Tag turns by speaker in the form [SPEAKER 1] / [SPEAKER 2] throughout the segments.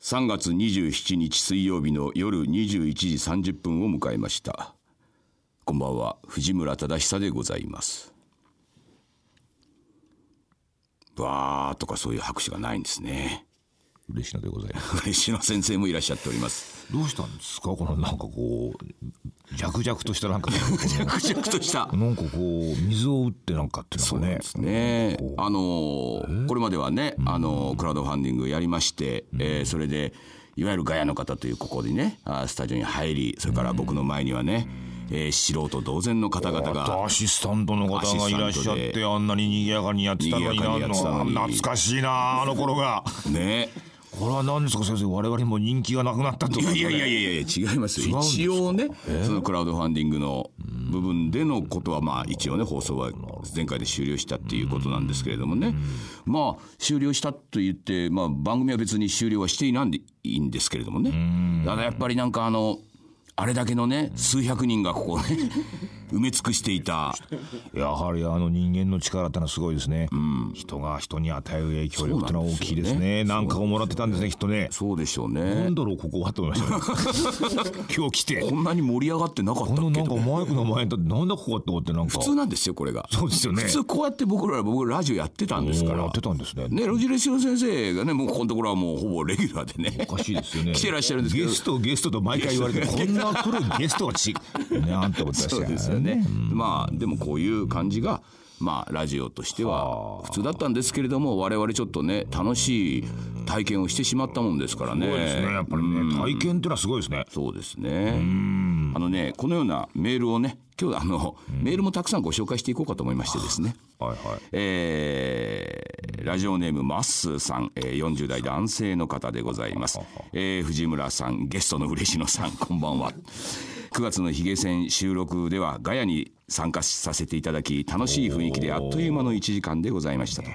[SPEAKER 1] 3月27日水曜日の夜21時30分を迎えましたこんばんは藤村忠久でございますわーとかそういう拍手がないんですね
[SPEAKER 2] 嬉しのでございます。
[SPEAKER 1] 嬉野先生もいらっしゃっております
[SPEAKER 2] どうしたんですかこのなんかこう、弱々としたなんか、
[SPEAKER 1] くちゃくとした
[SPEAKER 2] なんかこう、水を打ってなんかっていうのがね。
[SPEAKER 1] ね、あのーこれまではね、あのークラウドファンディングやりまして、えーそれでいわゆるガヤの方というここにねあースタジオに入りそれから僕の前にはね、えー素人同然の方々
[SPEAKER 2] あ
[SPEAKER 1] が
[SPEAKER 2] とアシスタントの方がいらっしゃ
[SPEAKER 1] アシスタン
[SPEAKER 2] っ
[SPEAKER 1] ト
[SPEAKER 2] てあんなに賑やかにやってたのに
[SPEAKER 1] 賑
[SPEAKER 2] なん
[SPEAKER 1] やかにやっ
[SPEAKER 2] の
[SPEAKER 1] てたのに
[SPEAKER 2] 懐かしいなあの頃が
[SPEAKER 1] ね
[SPEAKER 2] これは何ですか先生我々も人気がなくなったと
[SPEAKER 1] い
[SPEAKER 2] か
[SPEAKER 1] やいやいやいやいや違いますよ
[SPEAKER 2] んですか
[SPEAKER 1] 一応ね、そのクラウドファンディングの部分でのことはまあ一応ね放送は前回で終了したっていうことなんですけれどもね、まあ終了したと言って、まあ、番組は別に終了はしていないんでいいんですけれどもね、ただやっぱりなんかあのあれだけのね数百人がここをね 埋め尽くしていた
[SPEAKER 2] やはりあの人間の力ってのはすごいですね、人が人に与える影響力ってのは大きいで
[SPEAKER 1] そうなんです
[SPEAKER 2] すね
[SPEAKER 1] よね
[SPEAKER 2] なんかをもらってたんですねきっとね
[SPEAKER 1] そうでしょうね
[SPEAKER 2] 何だろうここはと思いま した、ね、今日来て
[SPEAKER 1] こんなに盛り上がってなかった
[SPEAKER 2] こ
[SPEAKER 1] っけ
[SPEAKER 2] のなん
[SPEAKER 1] と
[SPEAKER 2] かマイクの前だってなんだここって思ってなんか
[SPEAKER 1] 普通なんですよこれが
[SPEAKER 2] そうですよね
[SPEAKER 1] 普通こうやって僕ら僕ラジオやってたんですか
[SPEAKER 2] おー
[SPEAKER 1] ら
[SPEAKER 2] やってたんですね
[SPEAKER 1] ね、ロジレシロ先生がね、もうこのところはもうほぼレギュラーでね
[SPEAKER 2] お、かしいですよね。
[SPEAKER 1] 来てらっしゃるんですけど
[SPEAKER 2] ゲスト、ゲストと毎回言われ て、こんな来るゲストはち、なんて思ってらっしゃ
[SPEAKER 1] そう
[SPEAKER 2] る
[SPEAKER 1] ですよね。まあ、でもこういう感じが、まあ、ラジオとしては普通だったんですけれども、我々ちょっとね、楽しい体験をしてしまったもんですからね。
[SPEAKER 2] そうですね。やっぱりね、体験ってのはすごいですね。
[SPEAKER 1] そうですね。あのね、このようなメールをね、今日あの、メールもたくさんご紹介していこうかと思いましてですね。
[SPEAKER 2] はいはい。
[SPEAKER 1] えーラジオネームマッスーさん、えー、40代男性の方でございます、えー藤村さんゲストの嬉野さん こんばんは9月のヒゲ戦収録ではガヤに参加させていただき楽しい雰囲気であっという間の1時間でございましたと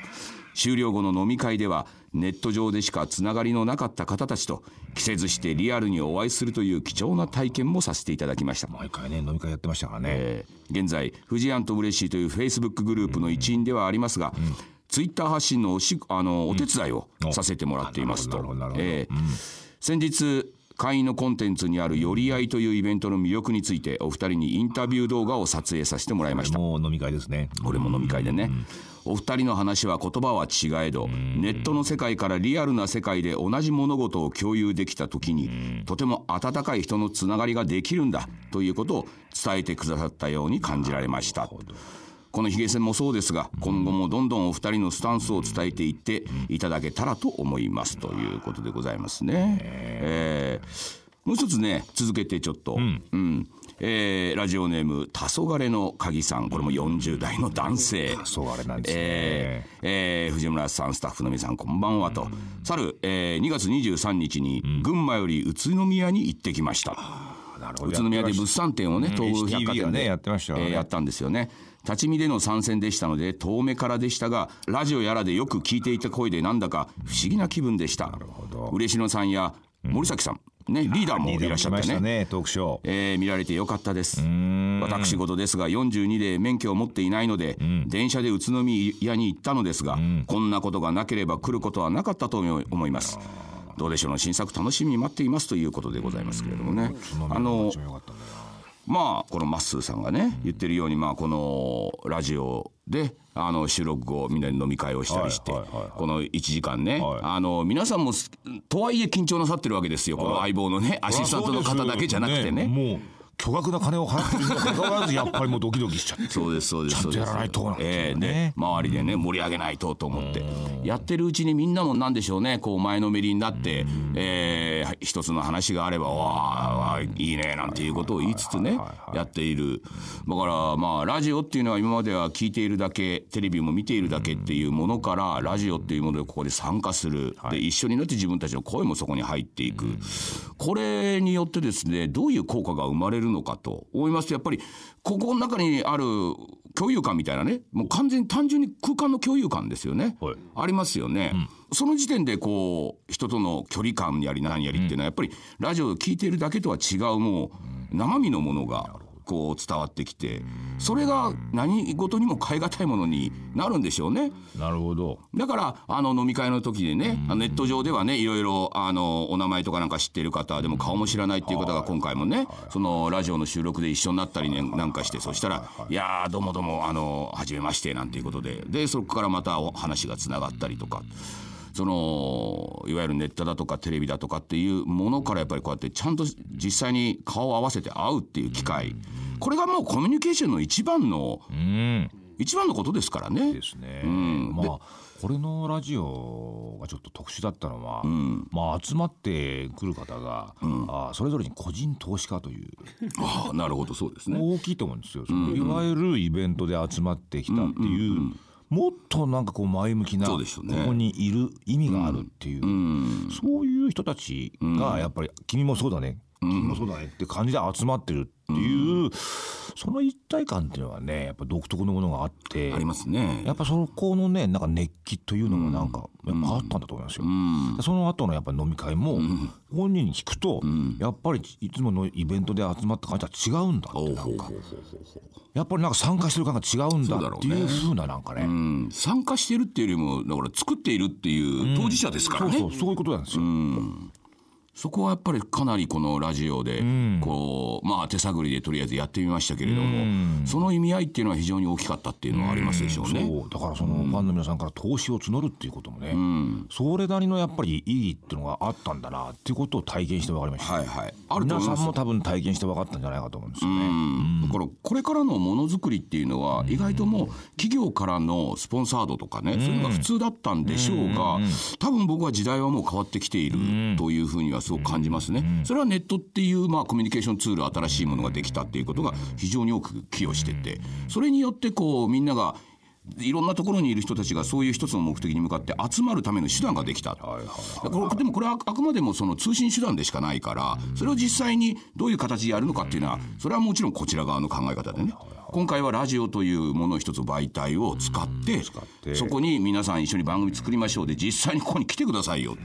[SPEAKER 1] 終了後の飲み会ではネット上でしかつながりのなかった方たちと着せずしてリアルにお会いするという貴重な体験もさせていただきました
[SPEAKER 2] 毎回ね、飲み会やってましたからね。
[SPEAKER 1] えー現在「フジアンと嬉しい」というフェイスブックグループの一員ではありますが、ツイッター発信のおしあのお手伝いをさせてもらっていますと
[SPEAKER 2] なるほどなるほど
[SPEAKER 1] えー先日会員のコンテンツにある「寄り合い」というイベントの魅力についてお二人にインタビュー動画を撮影させてもらいました
[SPEAKER 2] もう飲み会ですね。
[SPEAKER 1] これも飲み会でね、お二人の話は言葉は違えど、ネットの世界からリアルな世界で同じ物事を共有できた時に、とても温かい人のつながりができるんだということを伝えてくださったように感じられました。このヒゲ戦もそうですが、今後もどんどんお二人のスタンスを伝えていっていただけたらと思いますということでございますね。えーもう一つね続けてちょっと、うんえーラジオネーム「黄昏の鍵さん」これも40代の男性。
[SPEAKER 2] そうあれなんですね。
[SPEAKER 1] えーえー藤村さんスタッフの皆さんこんばんはと、去る、えー2月23日に群馬より宇都宮に行ってきました、
[SPEAKER 2] なるほど。
[SPEAKER 1] 宇都宮で物産展をね、東武百貨
[SPEAKER 2] HTV が
[SPEAKER 1] 店で、
[SPEAKER 2] ねやってましたよね
[SPEAKER 1] えーやったんですよね。立ち見での参戦でしたので、遠目からでしたが、ラジオやらでよく聞いていた声で、なんだか不思議な気分でした。嬉野さんや森崎さん、ね、リーダーもいらっしゃっ
[SPEAKER 2] ま
[SPEAKER 1] て
[SPEAKER 2] した
[SPEAKER 1] ね。
[SPEAKER 2] ね、トークショー。
[SPEAKER 1] えー見られてよかったです私事ですが42で免許を持っていないので、電車で宇都宮に行ったのですが、こんなことがなければ来ることはなかったと思いますどうでしょうの新作楽しみに待っていますということでございますけれどもねあの
[SPEAKER 2] よかったんだよ
[SPEAKER 1] まあこのまっすーさんがね言ってるようにまあこのラジオであの収録後みんなで飲み会をしたりして
[SPEAKER 2] はいはいはいはい
[SPEAKER 1] この1時間ね
[SPEAKER 2] はい
[SPEAKER 1] あの皆さんもすとはいえ緊張なさってるわけですよこの相棒のねアシスタントの方だけじゃなくてね。
[SPEAKER 2] もう巨額な金を払ってるにもかかわらずやっぱりもうドキドキしちゃって。
[SPEAKER 1] そうですそうですそうです
[SPEAKER 2] ちゃんとやらないとなんて
[SPEAKER 1] え
[SPEAKER 2] いう
[SPEAKER 1] えで
[SPEAKER 2] ね
[SPEAKER 1] 周りでね盛り上げないとと思ってやってるうちにみんなもなんでしょうねこう前のめりになってええ一つの話があればわあわあいいねなんていうことを言いつつねやっているだからまあラジオっていうのは今までは聞いているだけテレビも見ているだけっていうものからラジオっていうものでここで参加するで一緒になって自分たちの声もそこに入っていくこれによってですねどういう効果が生まれるのかと思いますとやっぱりここの中にある共有感みたいなねもう完全に単純に空間の共有感ですよね、
[SPEAKER 2] はい
[SPEAKER 1] ありますよね、その時点でこう人との距離感やり何やりっていうのはやっぱりラジオを聞いているだけとは違うもう生身のものがこう伝わってきてそれが何事にも変え難いものになるんでしょうね。
[SPEAKER 2] なるほど。
[SPEAKER 1] だからあの飲み会の時でね、あのネット上ではねいろいろあのお名前とかなんか知ってる方でも顔も知らないっていう方が今回もね、そのラジオの収録で一緒になったりねなんかしてそしたら「いやーどうもどうもあの初めまして」なんていうことででそこからまたお話がつながったりとか。そのいわゆるネットだとかテレビだとかっていうものからやっぱりこうやってちゃんと実際に顔を合わせて会うっていう機会これがもうコミュニケーションの一番の
[SPEAKER 2] うん。
[SPEAKER 1] 一番のことですからね。
[SPEAKER 2] ですね。まあこれのラジオがちょっと特殊だったのは、まあ集まってくる方が、あーそれぞれに個人投資家という
[SPEAKER 1] ああなるほどそうですね。
[SPEAKER 2] 大きいと思うんですよ。そのいわゆるイベントで集まってきたっていう。もっとなんかこう前向きな、
[SPEAKER 1] そう
[SPEAKER 2] こ
[SPEAKER 1] でしょうね
[SPEAKER 2] こにいる意味があるっていう、そういう人たちがやっぱり君もそうだね、君もそうだねって感じで集まってるっていう、その一体感っていうのはねやっぱ独特のものがあって
[SPEAKER 1] ありますね。
[SPEAKER 2] やっぱそこのねなんか熱気というのもなんかやっぱあったんだと思いますよ。その後のやっぱ飲み会も本人に聞くとやっぱりいつものイベントで集まった感じとは違うんだってなんかやっぱりなんか参加してる感が違うんだ
[SPEAKER 1] そうだろ
[SPEAKER 2] っ
[SPEAKER 1] う
[SPEAKER 2] て
[SPEAKER 1] ね
[SPEAKER 2] いう風ななんかね
[SPEAKER 1] うん、参加してるっていうよりもだから作っているっていう当事者ですから
[SPEAKER 2] そう
[SPEAKER 1] ね、
[SPEAKER 2] そうそういうことなんですよ。
[SPEAKER 1] そこはやっぱりかなりこのラジオでこう、まあ、手探りでとりあえずやってみましたけれども、その意味合いっていうのは非常に大きかったっていうのはありますでしょうね。
[SPEAKER 2] そうだからそのファンの皆さんから投資を募るっていうこともね、それなりのやっぱり意義っていうのがあったんだなっていうことを体験して分かりました、
[SPEAKER 1] はいはい、あると
[SPEAKER 2] 皆
[SPEAKER 1] 思い
[SPEAKER 2] さ
[SPEAKER 1] ま
[SPEAKER 2] ん
[SPEAKER 1] す
[SPEAKER 2] も多分体験して分かったんじゃないかと思うんですよね。
[SPEAKER 1] だからこれからのものづくりっていうのは意外ともう企業からのスポンサードとかねそういうのが普通だったんでしょうが多分僕は時代はもう変わってきているというふうにはすごく感じますねそれはネットっていうまあコミュニケーションツール新しいものができたっていうことが非常に多く寄与しててそれによってこうみんながいろんなところにいる人たちがそういう一つの目的に向かって集まるための手段ができた、これでもこれはあくまでもその通信手段でしかないからそれを実際にどういう形でやるのかっていうのはそれはもちろんこちら側の考え方でね今回はラジオというものを一つ媒体を使って
[SPEAKER 2] って
[SPEAKER 1] そこに皆さん一緒に番組作りましょうで実際にここに来てくださいよ、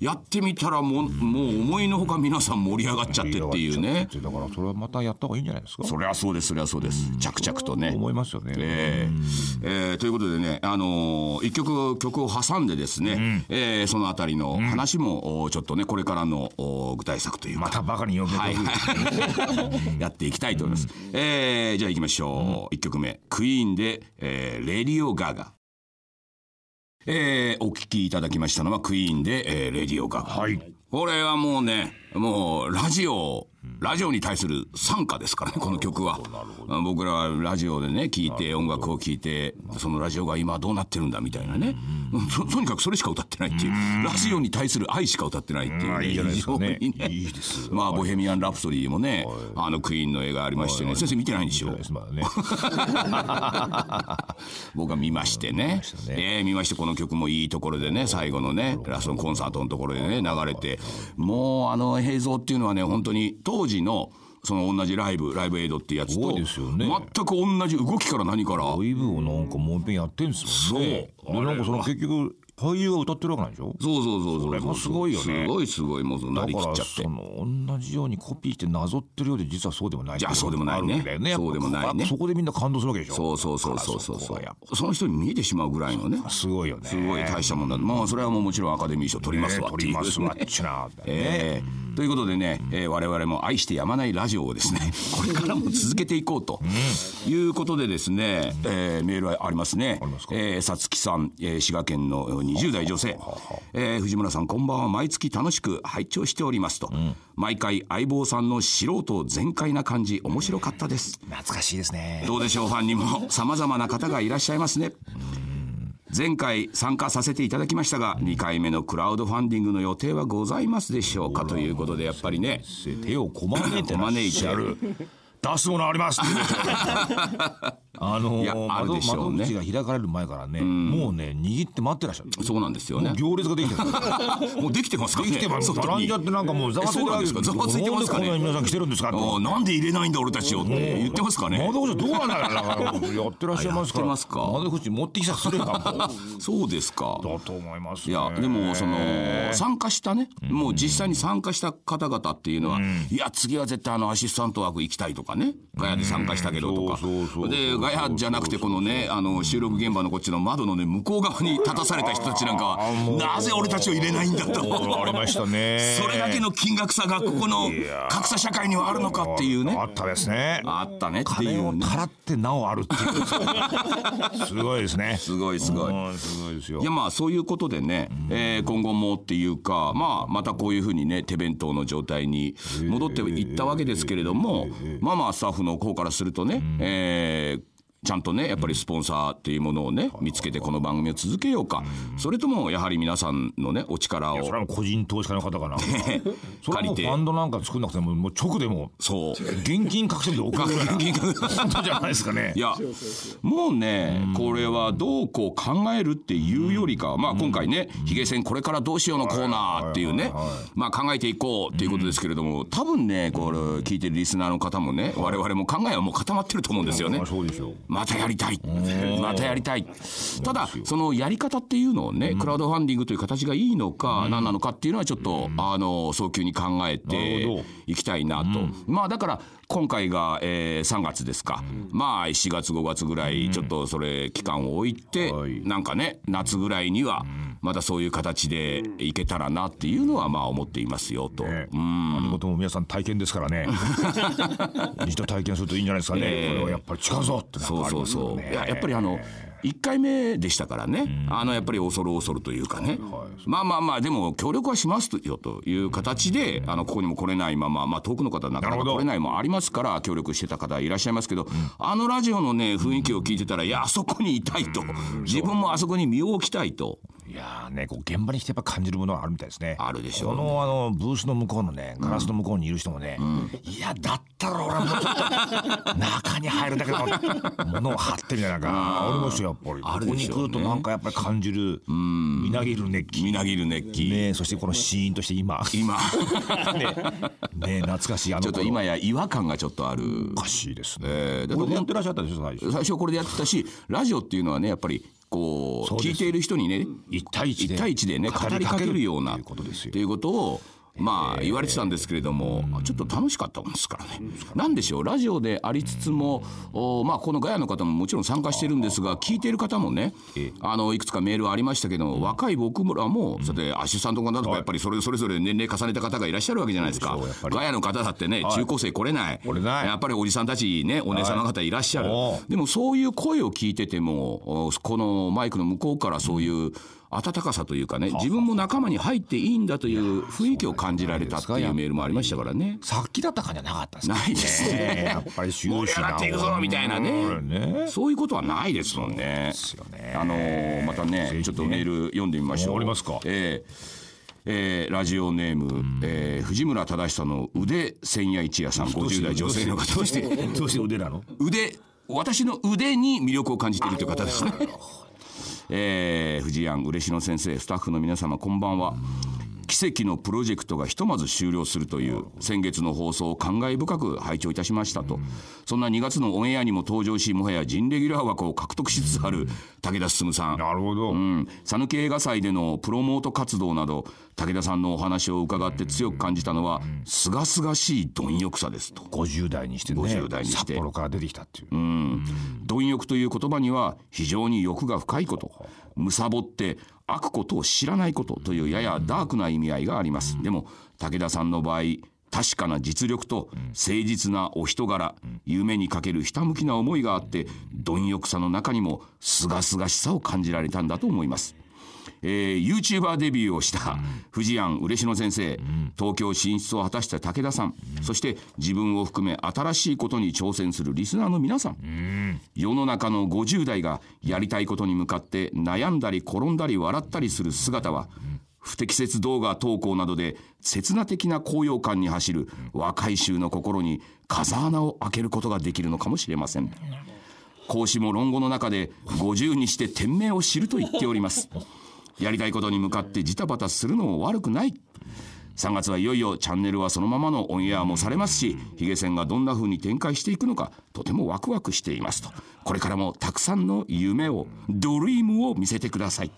[SPEAKER 1] やってみたらもうもう思いのほか皆さん盛り上がっちゃってっていうね
[SPEAKER 2] だからそれはまたやった方がいいんじゃないですか。
[SPEAKER 1] そりゃそうですそりゃそうです着々とね。
[SPEAKER 2] 思いますよね。
[SPEAKER 1] えーえーということでね、あのー一曲曲を挟んでですね、えーそのあたりの話も、おちょっとねこれからのお具体策という
[SPEAKER 2] ま
[SPEAKER 1] か、
[SPEAKER 2] たバカに呼べと
[SPEAKER 1] はい
[SPEAKER 2] いう
[SPEAKER 1] はい、 やっていきたいと思います、えーじゃあ行きましょう、一曲目クイーンで、えーレディオガガ」えーお聴きいただきましたのはクイーンで、えーレディオガガ」
[SPEAKER 2] はい。
[SPEAKER 1] これはもうね、もうラジオ、ラジオに対する参加ですからね、この曲は。僕らはラジオでね、聴いて、音楽を聴いて、そのラジオが今どうなってるんだみたいなね。ととにかくそれしか歌ってないっていう。ラジオに対する愛しか歌ってないっていう。
[SPEAKER 2] いいじゃないですかね。
[SPEAKER 1] 非常にね
[SPEAKER 2] いいですよ。
[SPEAKER 1] まあ、ボヘミアン・ラプソディもね、あの、クイーンの映画ありましてね、先生見てないんでしょ
[SPEAKER 2] まあね。
[SPEAKER 1] 僕は見ましてねええ見ましてこの曲もいいところでね最後のねラストのコンサートのところでね流れてもうあの映像っていうのはね本当に当時のその同じライブライブエイドってやつ
[SPEAKER 2] 多
[SPEAKER 1] と
[SPEAKER 2] いですよね
[SPEAKER 1] 全く同じ動きから何から
[SPEAKER 2] オイブをなんかもう一遍やってんですもんね。そう。でなんかその結局俳優が歌ってるわけなんでしょ。
[SPEAKER 1] そうそうそうそう
[SPEAKER 2] れもすごいよね
[SPEAKER 1] すごいすごいもうそうな
[SPEAKER 2] だ
[SPEAKER 1] りき
[SPEAKER 2] か
[SPEAKER 1] っ
[SPEAKER 2] ら
[SPEAKER 1] ちゃって
[SPEAKER 2] その同じようにコピーしてなぞってるようで実はそうでもない。
[SPEAKER 1] じゃあそうでもないね
[SPEAKER 2] あるわけだよね。やっぱ
[SPEAKER 1] そうでもないね
[SPEAKER 2] そこでみんな感動するわけでしょ。
[SPEAKER 1] そうそうそうそうそう
[SPEAKER 2] だ
[SPEAKER 1] そ
[SPEAKER 2] からこはやっ
[SPEAKER 1] うその人に見えてしまうぐらいのね
[SPEAKER 2] ぱすごいよね。
[SPEAKER 1] すごい大したもんだまあそれはもうもちろんアカデミー賞取りますわって
[SPEAKER 2] 取
[SPEAKER 1] い
[SPEAKER 2] り
[SPEAKER 1] う
[SPEAKER 2] ますわっちゅな。
[SPEAKER 1] えーということでね、えー我々も愛してやまないラジオをですねこれからも続けていこうということでですね、えーメールはありますね
[SPEAKER 2] りますか
[SPEAKER 1] えーさつきさん、えー滋賀県のえー20代女性、えー藤村さんこんばんは毎月楽しく拝聴しておりますと、毎回相棒さんの素人全開な感じ面白かったです
[SPEAKER 2] 懐かしいですね。
[SPEAKER 1] どうでしょうファンにも様々な方がいらっしゃいますね前回参加させていただきましたが2回目のクラウドファンディングの予定はございますでしょうかということでやっぱりね
[SPEAKER 2] 手をこまねいて
[SPEAKER 1] お
[SPEAKER 2] らっ
[SPEAKER 1] 招い
[SPEAKER 2] してゃ
[SPEAKER 1] や
[SPEAKER 2] る
[SPEAKER 1] る
[SPEAKER 2] 出すものありますあの
[SPEAKER 1] いや
[SPEAKER 2] ー、
[SPEAKER 1] ある
[SPEAKER 2] 窓
[SPEAKER 1] でしょう
[SPEAKER 2] 窓
[SPEAKER 1] ね
[SPEAKER 2] 口が開かれる前からね、もうね、握って待ってらっしゃる。
[SPEAKER 1] そうなんですよね。
[SPEAKER 2] 行列ができて る。
[SPEAKER 1] もうできてますかね。
[SPEAKER 2] できてます。
[SPEAKER 1] 外に
[SPEAKER 2] 並んじゃってなんかもうざわついてるわけ
[SPEAKER 1] えそうなんですかざわついてますかね
[SPEAKER 2] なんでこんなに皆さん来てるんですかって。
[SPEAKER 1] あーなんで入れないんだ俺たちをって言ってますかね。
[SPEAKER 2] 窓口どうなんだろうな だからやってらっしゃいますか
[SPEAKER 1] あやって
[SPEAKER 2] ら。
[SPEAKER 1] ますか
[SPEAKER 2] 窓口持ってきたらそれか もう。
[SPEAKER 1] そうですか。
[SPEAKER 2] だと思います
[SPEAKER 1] い
[SPEAKER 2] ね。
[SPEAKER 1] やでもその参加したね、もう実際に参加した方々っていうのは、いや次は絶対あのアシスタント枠行きたいとかねガヤで参加したけどとか、
[SPEAKER 2] そうそうそうそう
[SPEAKER 1] でガヤじゃなくてこのねあの収録現場のこっちの窓のね向こう側に立たされた人たちなんか
[SPEAKER 2] あも
[SPEAKER 1] は
[SPEAKER 2] う
[SPEAKER 1] なぜ俺たちを入れないんだ
[SPEAKER 2] あり
[SPEAKER 1] と。
[SPEAKER 2] ました ね。
[SPEAKER 1] それだけの金額差がここの格差社会にはあるのかっていうね
[SPEAKER 2] あったですね。
[SPEAKER 1] あったねってい
[SPEAKER 2] 金
[SPEAKER 1] う
[SPEAKER 2] を
[SPEAKER 1] ね
[SPEAKER 2] たらってなおあるって いう。すごいですね。
[SPEAKER 1] すごいすごい。
[SPEAKER 2] うんすごいですよ
[SPEAKER 1] いや。まあそういうことでね、えー今後もっていうか、まあ、またこういうふうにね手弁当の状態に戻っていったわけですけれども、まあまあスタッフの方からするとね、えーちゃんとねやっぱりスポンサーっていうものをね見つけてこの番組を続けようか、それともやはり皆さんのねお力
[SPEAKER 2] そ
[SPEAKER 1] を
[SPEAKER 2] れは個人投資家の 方かな。
[SPEAKER 1] 借り
[SPEAKER 2] それはもうフ
[SPEAKER 1] て
[SPEAKER 2] ァンドなんか作んなくても、もう直でも
[SPEAKER 1] そう。
[SPEAKER 2] 現金隠せるでお金ぐらいな ことじゃないですかね
[SPEAKER 1] い。やもうねこれはどうこう考えるっていうよりかはまあ今回ね「ヒゲ戦これからどうしよう」のコーナーっていうねまあ考えていこうっていうことですけれども多分ねこれ聞いてるリスナーの方もね我々も考えはもう固まってると思うんですよね
[SPEAKER 2] まあ。そうでしょう。
[SPEAKER 1] またやりたいまたやりたいただそのやり方っていうのをね、クラウドファンディングという形がいいのか、何なのかっていうのはちょっと、あの早急に考え
[SPEAKER 2] なるほ
[SPEAKER 1] て
[SPEAKER 2] ど
[SPEAKER 1] いきたいなと、まあだから今回が、えー3月ですか、まあ4月5月ぐらいちょっとそれ期間を置いて、
[SPEAKER 2] はい
[SPEAKER 1] なんかね夏ぐらいにはまたそういう形でいけたらなっていうのはまあ思っていますよと。
[SPEAKER 2] ね、何事も皆さん体験ですか らね一度体験するといいんじゃないですかね、これはやっぱり違うぞってなん
[SPEAKER 1] そ
[SPEAKER 2] か
[SPEAKER 1] う
[SPEAKER 2] あり
[SPEAKER 1] そ
[SPEAKER 2] ま
[SPEAKER 1] う
[SPEAKER 2] すよ
[SPEAKER 1] そう。
[SPEAKER 2] ね
[SPEAKER 1] いややっぱりあの1回目でしたからね、あのやっぱり恐る恐るというかね、まあまあまあ、でも協力はしますよという形で、あのここにも来れないまま、まあ、遠くの方、なかな
[SPEAKER 2] な
[SPEAKER 1] か
[SPEAKER 2] るほど
[SPEAKER 1] 来れないもありますから、協力してた方いらっしゃいますけど、あのラジオのね、雰囲気を聞いてたら、いや、あそこにいたいと、自分もあそこに身を置きたいと、
[SPEAKER 2] いやーねこう現場に来てやっぱ感じるものはあるみたいですね
[SPEAKER 1] あるでしょう
[SPEAKER 2] このあのブースの向こうのねガラスの向こうにいる人もね、いやだったら俺はもうちょっと中に入るだけの物を張ってみたいなのがありますよやっぱり
[SPEAKER 1] あるでしょうね
[SPEAKER 2] ここに来るとなんかやっぱり感じるみなぎる熱気
[SPEAKER 1] みなぎる熱気、
[SPEAKER 2] ねそしてこのシーンとして今ね
[SPEAKER 1] 今、
[SPEAKER 2] ね懐かしいあの
[SPEAKER 1] ちょ
[SPEAKER 2] 頃
[SPEAKER 1] っと今や違和感がちょっとある。
[SPEAKER 2] おかしいですね、
[SPEAKER 1] えーだから
[SPEAKER 2] これでやってらっしゃったでしょ最初
[SPEAKER 1] 最初これでやってたしラジオっていうのはねやっぱりこう
[SPEAKER 2] そうです
[SPEAKER 1] 聞いている人にね
[SPEAKER 2] 一対一で
[SPEAKER 1] 一対一でね語りかけるような
[SPEAKER 2] ということですよ
[SPEAKER 1] っていうことをまあ言われてたんですけれども、ちょっと楽しかったもんですからね。なんでしょうラジオでありつつも、おまあこのガヤの方ももちろん参加してるんですが聞いている方もねあのいくつかメールはありましたけども若い僕らもさてアシスタントの方とかやっぱりそれそれぞれ年齢重ねた方がいらっしゃるわけじゃないですか
[SPEAKER 2] そうでしょうやっぱり
[SPEAKER 1] ガヤの方だってね中高生来れない
[SPEAKER 2] 来れない
[SPEAKER 1] やっぱりおじさんたちねお姉さんの方いらっしゃる
[SPEAKER 2] おう
[SPEAKER 1] でもそういう声を聞いててもおこのマイクの向こうからそういう温かさというかね自分も仲間に入っていいんだという雰囲気を感じられたっていうメールもありましたからね。
[SPEAKER 2] さっきだった感じはなかったですね
[SPEAKER 1] ないですね
[SPEAKER 2] えやっぱり終
[SPEAKER 1] 盛り上がっていくぞみたいなね
[SPEAKER 2] ね
[SPEAKER 1] そういうことはないですもんね。
[SPEAKER 2] よね
[SPEAKER 1] あのーまたねちょっとメール読んでみましょう。
[SPEAKER 2] おありますか
[SPEAKER 1] えええーラジオネーム、えー藤村忠久の腕千夜一夜さん50代女性の方
[SPEAKER 2] ど
[SPEAKER 1] と
[SPEAKER 2] う
[SPEAKER 1] し
[SPEAKER 2] してて どうして腕なの
[SPEAKER 1] 腕私の腕に魅力を感じているという方ですね。 えー、藤井庵嬉野先生スタッフの皆様こんばんは奇跡のプロジェクトがひとまず終了するという先月の放送を感慨深く拝聴いたしましたとそんな2月のオンエアにも登場しもはや人レギュラー枠を獲得しつつある武田進さん
[SPEAKER 2] なるほど、
[SPEAKER 1] うん讃岐映画祭でのプロモート活動など武田さんのお話を伺って強く感じたのは清々しい貪欲さですと
[SPEAKER 2] 50代にしてね
[SPEAKER 1] 50代にして
[SPEAKER 2] 札幌から出てきたっていう、
[SPEAKER 1] 貪欲という言葉には非常に欲が深いこと貪って悪ことを知らないことというややダークな意味合いがありますでも武田さんの場合確かな実力と誠実なお人柄夢にかけるひたむきな思いがあって貪欲さの中にも清々しさを感じられたんだと思いますえー、YouTuber デビューをした藤井庵嬉野先生、東京進出を果たした武田さん、そして自分を含め新しいことに挑戦するリスナーの皆さん、世の中の50代がやりたいことに向かって悩んだり転んだり笑ったりする姿は、不適切動画投稿などで刹那的な高揚感に走る若い衆の心に風穴を開けることができるのかもしれません。孔子も論語の中で50にして天命を知ると言っておりますやりたいことに向かってジタバタするのも悪くない3月はいよいよチャンネルはそのままのオンエアもされますしヒゲ戦がどんな風に展開していくのかとてもワクワクしていますとこれからもたくさんの夢をドリームを見せてください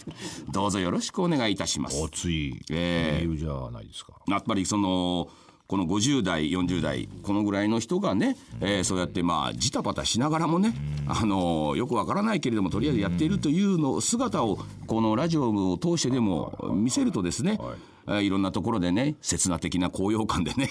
[SPEAKER 1] どうぞよろしくお願いいたします
[SPEAKER 2] 熱い
[SPEAKER 1] ええ
[SPEAKER 2] 理由じゃないですか。
[SPEAKER 1] やっぱりそのこの50代40代このぐらいの人がね、えーそうやってまあジタバタしながらもね、あのーよくわからないけれどもとりあえずやっているというの姿をこのラジオを通してでも見せるとですね、えーいろんなところでね刹那的な高揚感でね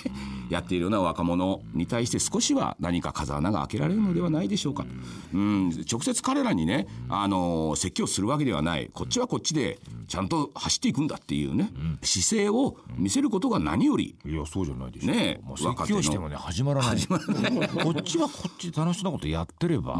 [SPEAKER 1] やっているような若者に対して少しは何か風穴が開けられるのではないでしょうか、うん、直接彼らにね、あのー説教するわけではないこっちはこっちでちゃんと走っていくんだっていうね姿勢を見せることが何より
[SPEAKER 2] いやそうじゃないでしょ。
[SPEAKER 1] ねえ
[SPEAKER 2] もう
[SPEAKER 1] 若手の
[SPEAKER 2] 説教してもね始まらない。こっちはこっちで楽しそうなことやってれば、こ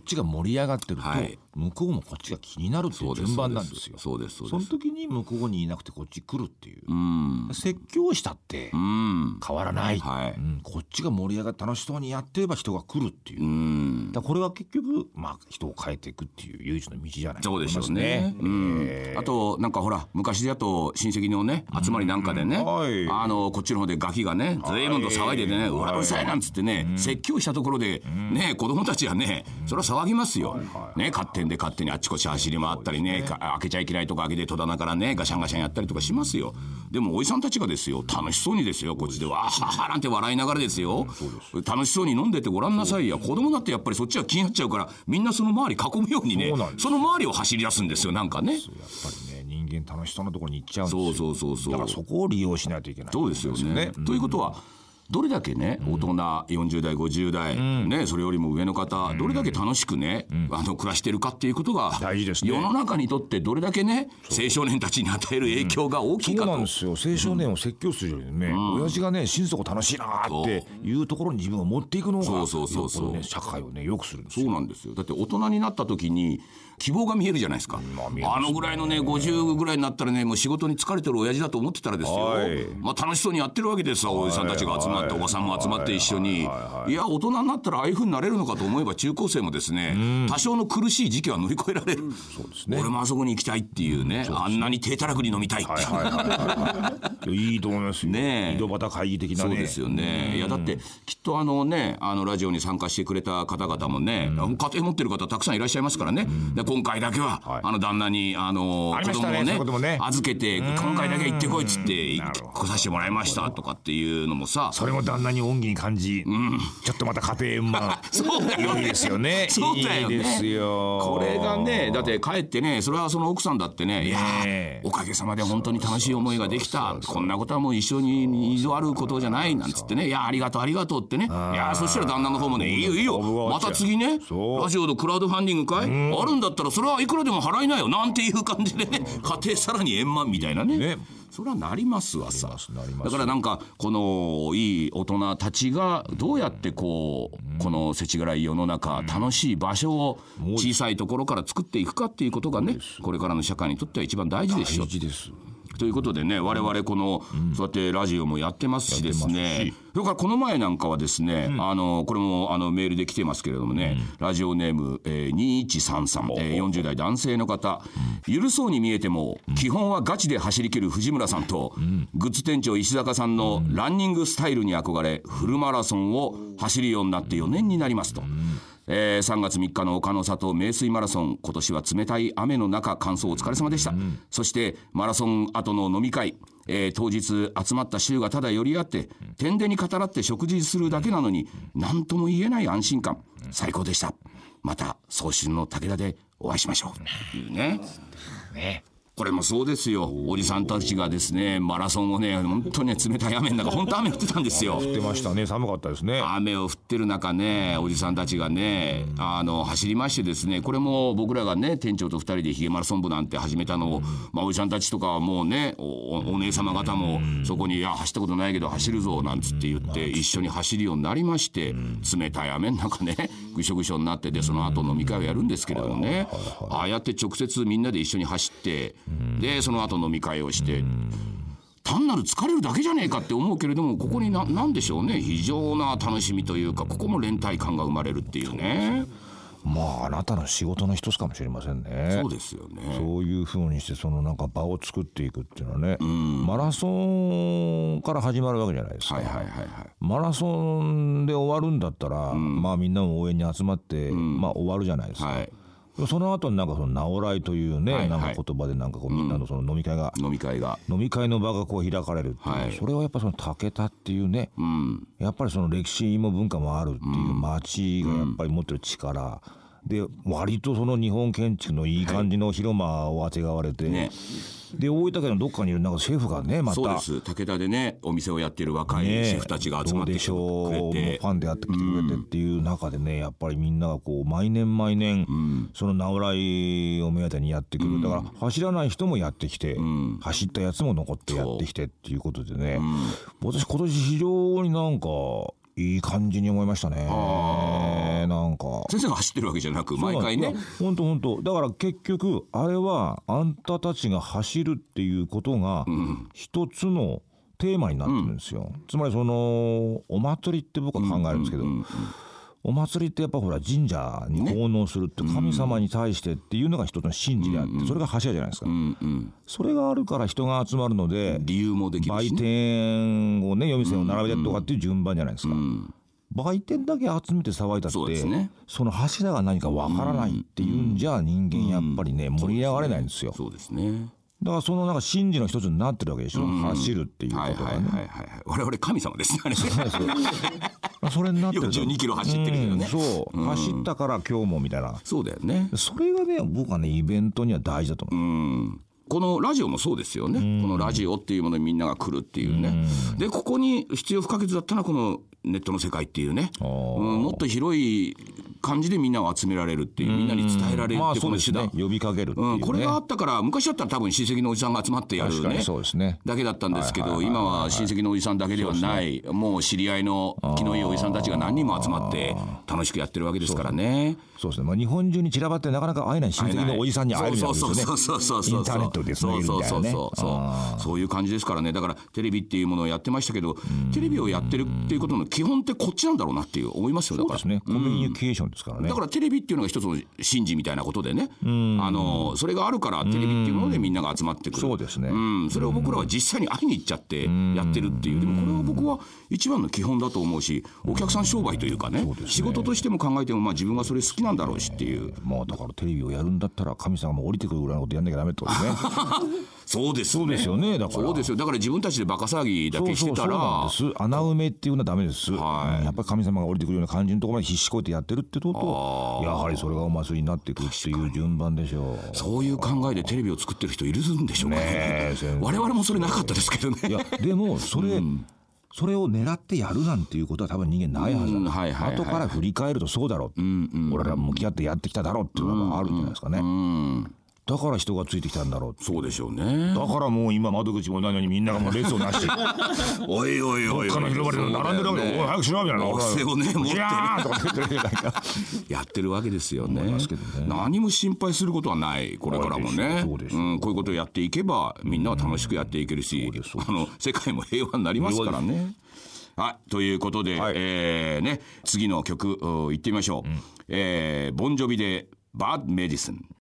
[SPEAKER 2] っちが盛り上がってると、
[SPEAKER 1] はい
[SPEAKER 2] 向こうもこっちが気になるっていう順番なんですよ。
[SPEAKER 1] そうですそう
[SPEAKER 2] そ
[SPEAKER 1] で
[SPEAKER 2] の
[SPEAKER 1] す
[SPEAKER 2] 時に向こうにいなくてこっち来るっていう。
[SPEAKER 1] うん
[SPEAKER 2] 説教したって
[SPEAKER 1] うん
[SPEAKER 2] 変わらない。
[SPEAKER 1] はい
[SPEAKER 2] うんこっちが盛り上がって楽しそうにやってれば人が来るっていう
[SPEAKER 1] う。ん
[SPEAKER 2] だからこれは結局まあ人を変えていくっていう唯一の道じゃないかと
[SPEAKER 1] そう
[SPEAKER 2] 思
[SPEAKER 1] で
[SPEAKER 2] い
[SPEAKER 1] しょ
[SPEAKER 2] ます
[SPEAKER 1] うね。うん、あとなんかほら昔だと親戚のね集まりなんかでね、
[SPEAKER 2] うんはい
[SPEAKER 1] あのこっちの方でガキがねずいぶんと騒いでてね、うわうるさいなんつってね、説教したところで、ね子供たちはねそれは騒ぎますよ、ね勝手にで勝手にあっちこっち走り回ったりねか開けちゃいけないとこ開けて戸棚からねガシャンガシャンやったりとかしますよでもおじさんたちがですよ楽しそうにですよこっちでわーははなんて笑いながらですよ、楽しそうに飲んでてごらんなさいや子供だってやっぱりそっちは気になっちゃうからみんなその周り囲むようにね
[SPEAKER 2] そうなんです
[SPEAKER 1] その周りを走り出すんですよ、なんかね。
[SPEAKER 2] やっぱりね人間楽しそうなところに行っちゃうんですよ
[SPEAKER 1] そうそうそうそう
[SPEAKER 2] だからそこを利用しないといけない
[SPEAKER 1] そうですよね。ということは、どれだけね、大人、40代、50代、ね、それよりも上の方、どれだけ楽しくね、あの暮らしてるかっていうことが、
[SPEAKER 2] 大事ですね
[SPEAKER 1] 世の中にとってどれだけね、青少年たちに与える影響が大きい
[SPEAKER 2] そ
[SPEAKER 1] か
[SPEAKER 2] う
[SPEAKER 1] と。
[SPEAKER 2] なんですよ青少年を説教するよりね、親父がね心底楽しいなーっていうところに自分を持っていくのが
[SPEAKER 1] そうそうそうそう
[SPEAKER 2] よっぽどね、社会をね良くするんです
[SPEAKER 1] そう
[SPEAKER 2] よ
[SPEAKER 1] なんですよだって大人になった時に希望が見えるじゃないですか、
[SPEAKER 2] まあ見えます
[SPEAKER 1] あ、
[SPEAKER 2] ね
[SPEAKER 1] のぐらいのね50ぐらいになったらねもう仕事に疲れてる親父だと思ってたらですよ、
[SPEAKER 2] はい
[SPEAKER 1] まあ、楽しそうにやってるわけですよおじさんたちが集まっておばさんも集まって一緒にいや大人になったらああいうふうになれるのかと思えば中高生もですね多少の苦しい時期は乗り越えられる、俺もあそこに行きたいっていうね,、あんなに低たらくに飲みたいっていう、
[SPEAKER 2] はいはいはい はいいいと思いますよ
[SPEAKER 1] ねえ
[SPEAKER 2] 井戸端会議的な
[SPEAKER 1] そ
[SPEAKER 2] ね
[SPEAKER 1] うですよね。いやだってきっとあのねあのラジオに参加してくれた方々もね、家庭持ってる方たくさんいらっしゃいますからね。で今回だけは、
[SPEAKER 2] はい
[SPEAKER 1] あの旦那にあの
[SPEAKER 2] あり
[SPEAKER 1] 子
[SPEAKER 2] ま
[SPEAKER 1] 供
[SPEAKER 2] したね
[SPEAKER 1] を
[SPEAKER 2] そうい
[SPEAKER 1] ね
[SPEAKER 2] うこともね
[SPEAKER 1] 預けて今回だけは行ってこいっつって
[SPEAKER 2] なるほど
[SPEAKER 1] 来させてもらいましたとかっていうのもさ。
[SPEAKER 2] それも旦那に恩義に感じ、ちょっとまた家庭円満
[SPEAKER 1] そうだよ
[SPEAKER 2] いいですよね
[SPEAKER 1] そうだよね
[SPEAKER 2] いいですよ
[SPEAKER 1] これがねだって帰ってねそれはその奥さんだってねいやー
[SPEAKER 2] ねえ
[SPEAKER 1] おかげさまで本当に楽しい思いができたこんなことはもう一緒に二度あることじゃないなんつってねいやーありがとうありがとうってねいやーそしたら旦那の方もねいいよいいよ
[SPEAKER 2] 株が
[SPEAKER 1] ま
[SPEAKER 2] 落ちちゃう
[SPEAKER 1] た次ね
[SPEAKER 2] そう
[SPEAKER 1] ラジオのクラウドファンディング会あるんだったらそれはいくらでも払いなよなんていう感じでね家庭さらに円満みたいなね
[SPEAKER 2] ね
[SPEAKER 1] それはなりますわさ
[SPEAKER 2] ますなります
[SPEAKER 1] だからなんかこのいい大人たちがどうやってこうこの世知辛い世の中楽しい場所を小さいところから作っていくかっていうことがねこれからの社会にとっては一番大事でしょ
[SPEAKER 2] 大事です
[SPEAKER 1] ということでね我々このそうやってラジオもやってますしですねそれからこの前なんかはですねあのこれもあのメールで来てますけれどもねラジオネームえー2133えー40代男性の方ゆるそうに見えても基本はガチで走り切る藤村さんとグッズ店長石坂さんのランニングスタイルに憧れフルマラソンを走るようになって4年になりますと。えー3月3日の丘の里名水マラソン今年は冷たい雨の中完走お疲れ様でした、そしてマラソン後の飲み会、えー当日集まった衆がただ寄り合って天でに語らって食事するだけなのに何とも言えない安心感最高でしたまた早春の武田でお会いしましょうというね
[SPEAKER 2] ね
[SPEAKER 1] これもそうですよおじさんたちがですねマラソンをね本当にね冷たい雨の中本当雨降ってたんですよ
[SPEAKER 2] 降ってましたね寒かったですね
[SPEAKER 1] 雨を降ってる中ねおじさんたちがねあの走りましてですねこれも僕らがね店長と2人でヒゲマラソン部なんて始めたのを、まあ、おじさんたちとかはもうねおおお姉様方もそこに「いや走ったことないけど走るぞ」なんつって言って一緒に走るようになりまして冷たい雨の中ねぐしょぐしょになってでその後飲み会をやるんですけれどもねああやって直接みんなで一緒に走ってでその後飲み会をして。単なる疲れるだけじゃねえかって思うけれどもここにな何でしょうね非常な楽しみというかここも連帯感が生まれるっていうね。
[SPEAKER 2] まああなたの仕事の一つかもしれませんね。
[SPEAKER 1] そうですよね
[SPEAKER 2] そういうふうにしてそのなんか場を作っていくっていうのはね、マラソンから始まるわけじゃないですか。
[SPEAKER 1] はいはいはいはい
[SPEAKER 2] マラソンで終わるんだったら、まあみんなも応援に集まって、まあ終わるじゃないですか。
[SPEAKER 1] はい
[SPEAKER 2] その後になんかその直来というね、
[SPEAKER 1] はい
[SPEAKER 2] なんか言葉でなんかこうみんなのその飲み会が、
[SPEAKER 1] 飲み会が
[SPEAKER 2] 飲み会の場がこう開かれるっていう、
[SPEAKER 1] はい
[SPEAKER 2] それはやっぱその竹田っていうね、
[SPEAKER 1] うん
[SPEAKER 2] やっぱりその歴史も文化もあるっていう町がやっぱり持ってる力、で割とその日本建築のいい感じの広間をあてがわれて、
[SPEAKER 1] ね
[SPEAKER 2] で大分県のどっかにいるなんかシェフがねまた
[SPEAKER 1] そうです武田でねお店をやってる若い
[SPEAKER 2] ねえ
[SPEAKER 1] シェフたちが集まってきて
[SPEAKER 2] どうでしょ
[SPEAKER 1] く
[SPEAKER 2] うもう
[SPEAKER 1] れて
[SPEAKER 2] ファンでやってきてくれてっていう中でねやっぱりみんながこう毎年毎年その直来を目当てにやってくるだから走らない人もやってきて走ったやつも残ってやってきてっていうことでね私今年非常になんかいい感じに思いましたねなんか。
[SPEAKER 1] 先生が走ってるわけじゃなく毎回ね
[SPEAKER 2] 本当本当だから結局あれはあんたたちが走るっていうことが一つのテーマになってるんですよ、つまりそのお祭りって僕は考えるんですけど、お祭りってやっぱほら神社に奉納するって神様に対してっていうのが一つの神事であってそれが柱じゃないですか、
[SPEAKER 1] うんうん
[SPEAKER 2] それがあるから人が集まるので
[SPEAKER 1] 理由もできる
[SPEAKER 2] 売
[SPEAKER 1] しね
[SPEAKER 2] 店をね夜店を並べてとかっていう順番じゃないですか、売店だけ集めて騒いだって
[SPEAKER 1] そうですね
[SPEAKER 2] その柱が何かわからないっていうんじゃ人間やっぱりね盛り上がれないんですよ
[SPEAKER 1] そうですね
[SPEAKER 2] だからそのなんか神事の一つになってるわけでしょ走るっていうこと
[SPEAKER 1] はいはい
[SPEAKER 2] が
[SPEAKER 1] はい
[SPEAKER 2] ね
[SPEAKER 1] はいはい我々神様ですよね
[SPEAKER 2] まあそれになってると
[SPEAKER 1] 42キロ走ってるけどね
[SPEAKER 2] うんそう走ったから今日もみたいな
[SPEAKER 1] そうだよね
[SPEAKER 2] それがね僕はねイベントには大事だと思う
[SPEAKER 1] このラジオもそうですよね、このラジオっていうものにみんなが来るっていうね、でここに必要不可欠だったのはこのネットの世界っていうね、うん、もっと広い感じでみんなを集められるっていう、みんなに伝えられる
[SPEAKER 2] ま
[SPEAKER 1] っ
[SPEAKER 2] あ
[SPEAKER 1] てこ
[SPEAKER 2] そう
[SPEAKER 1] の
[SPEAKER 2] です
[SPEAKER 1] 手
[SPEAKER 2] ね
[SPEAKER 1] 段、
[SPEAKER 2] 呼びかけるっていう
[SPEAKER 1] うん、
[SPEAKER 2] ね
[SPEAKER 1] これがあったから、昔だったら多分親戚のおじさんが集まってやる
[SPEAKER 2] 確か
[SPEAKER 1] ね
[SPEAKER 2] に。そうですね
[SPEAKER 1] だけだったんですけど、今は親戚のおじさんだけではない、もう知り合いの気のいいおじさんたちが何人も集まって、楽しくやってるわけですからね。
[SPEAKER 2] そうですね、まあ、日本中に散らばってなかなか会えない親戚のおじさんに会えるんですよね
[SPEAKER 1] そうそうそうそうそう
[SPEAKER 2] インターネットですね
[SPEAKER 1] そうそうそう
[SPEAKER 2] みたいなね
[SPEAKER 1] そうそうそういう感じですからねだからテレビっていうものをやってましたけどテレビをやってるっていうことの基本ってこっちなんだろうなっていう思いますよだ
[SPEAKER 2] そう
[SPEAKER 1] か
[SPEAKER 2] で
[SPEAKER 1] ら
[SPEAKER 2] すねコミュニケーションですからね
[SPEAKER 1] だからテレビっていうのが一つの神事みたいなことでねあのそれがあるからテレビっていうものでみんなが集まってくる
[SPEAKER 2] そうですね
[SPEAKER 1] うん、それを僕らは実際に会いに行っちゃってやってるっていう、でもこれは僕は一番の基本だと思うし、お客さん商売というかね、仕事としても考えても、まあ、自分がそれ好きなんだろうしっていう、
[SPEAKER 2] まあだからテレビをやるんだったら神様も降りてくるぐらいのことやんなきゃダメってこ とね
[SPEAKER 1] そうです
[SPEAKER 2] そうですよねだから
[SPEAKER 1] そうですよだから自分たちでバカ騒ぎだ
[SPEAKER 2] そ
[SPEAKER 1] け
[SPEAKER 2] う
[SPEAKER 1] し
[SPEAKER 2] そ
[SPEAKER 1] て
[SPEAKER 2] うそ
[SPEAKER 1] た
[SPEAKER 2] うなん
[SPEAKER 1] ら
[SPEAKER 2] です穴埋めっていうのはダメです、
[SPEAKER 1] はい
[SPEAKER 2] うんやっぱり神様が降りてくるような感じのところまで必死こいてやってるってことやはりそれがお祭りになってくるっていう順番でしょう
[SPEAKER 1] そういう考えでテレビを作ってる人いるんでしょうか
[SPEAKER 2] ね
[SPEAKER 1] ね
[SPEAKER 2] え先生
[SPEAKER 1] 我々もそれなかったですけどね
[SPEAKER 2] いや でもそれ、それを狙ってやるなんていうことは多分人間ないはずだ、
[SPEAKER 1] うんはいはいはい
[SPEAKER 2] 後から振り返るとそうだろう、俺らも向き合ってやってきただろうっていうのがあるんじゃないですかね、だから人がついてきたんだろう
[SPEAKER 1] そうでしょうね
[SPEAKER 2] だからもう今窓口もないのにみんながもう列をな して
[SPEAKER 1] おいおいおいおい
[SPEAKER 2] 他の広場で並んでるわけで、おい早くしろみたいな
[SPEAKER 1] お布をね持って
[SPEAKER 2] い
[SPEAKER 1] ね
[SPEAKER 2] やーとか言ってるじゃないか
[SPEAKER 1] やってるわけですよね
[SPEAKER 2] ますけどね
[SPEAKER 1] 何も心配することはないこれからもね
[SPEAKER 2] そうですよ
[SPEAKER 1] うんこういうことをやっていけばみんなは楽しくやっていけるしあの世界も平和になりますからね。はいということで、えーね、次の曲うん行ってみましょう、えーボンジョビで「バッドメディスン」。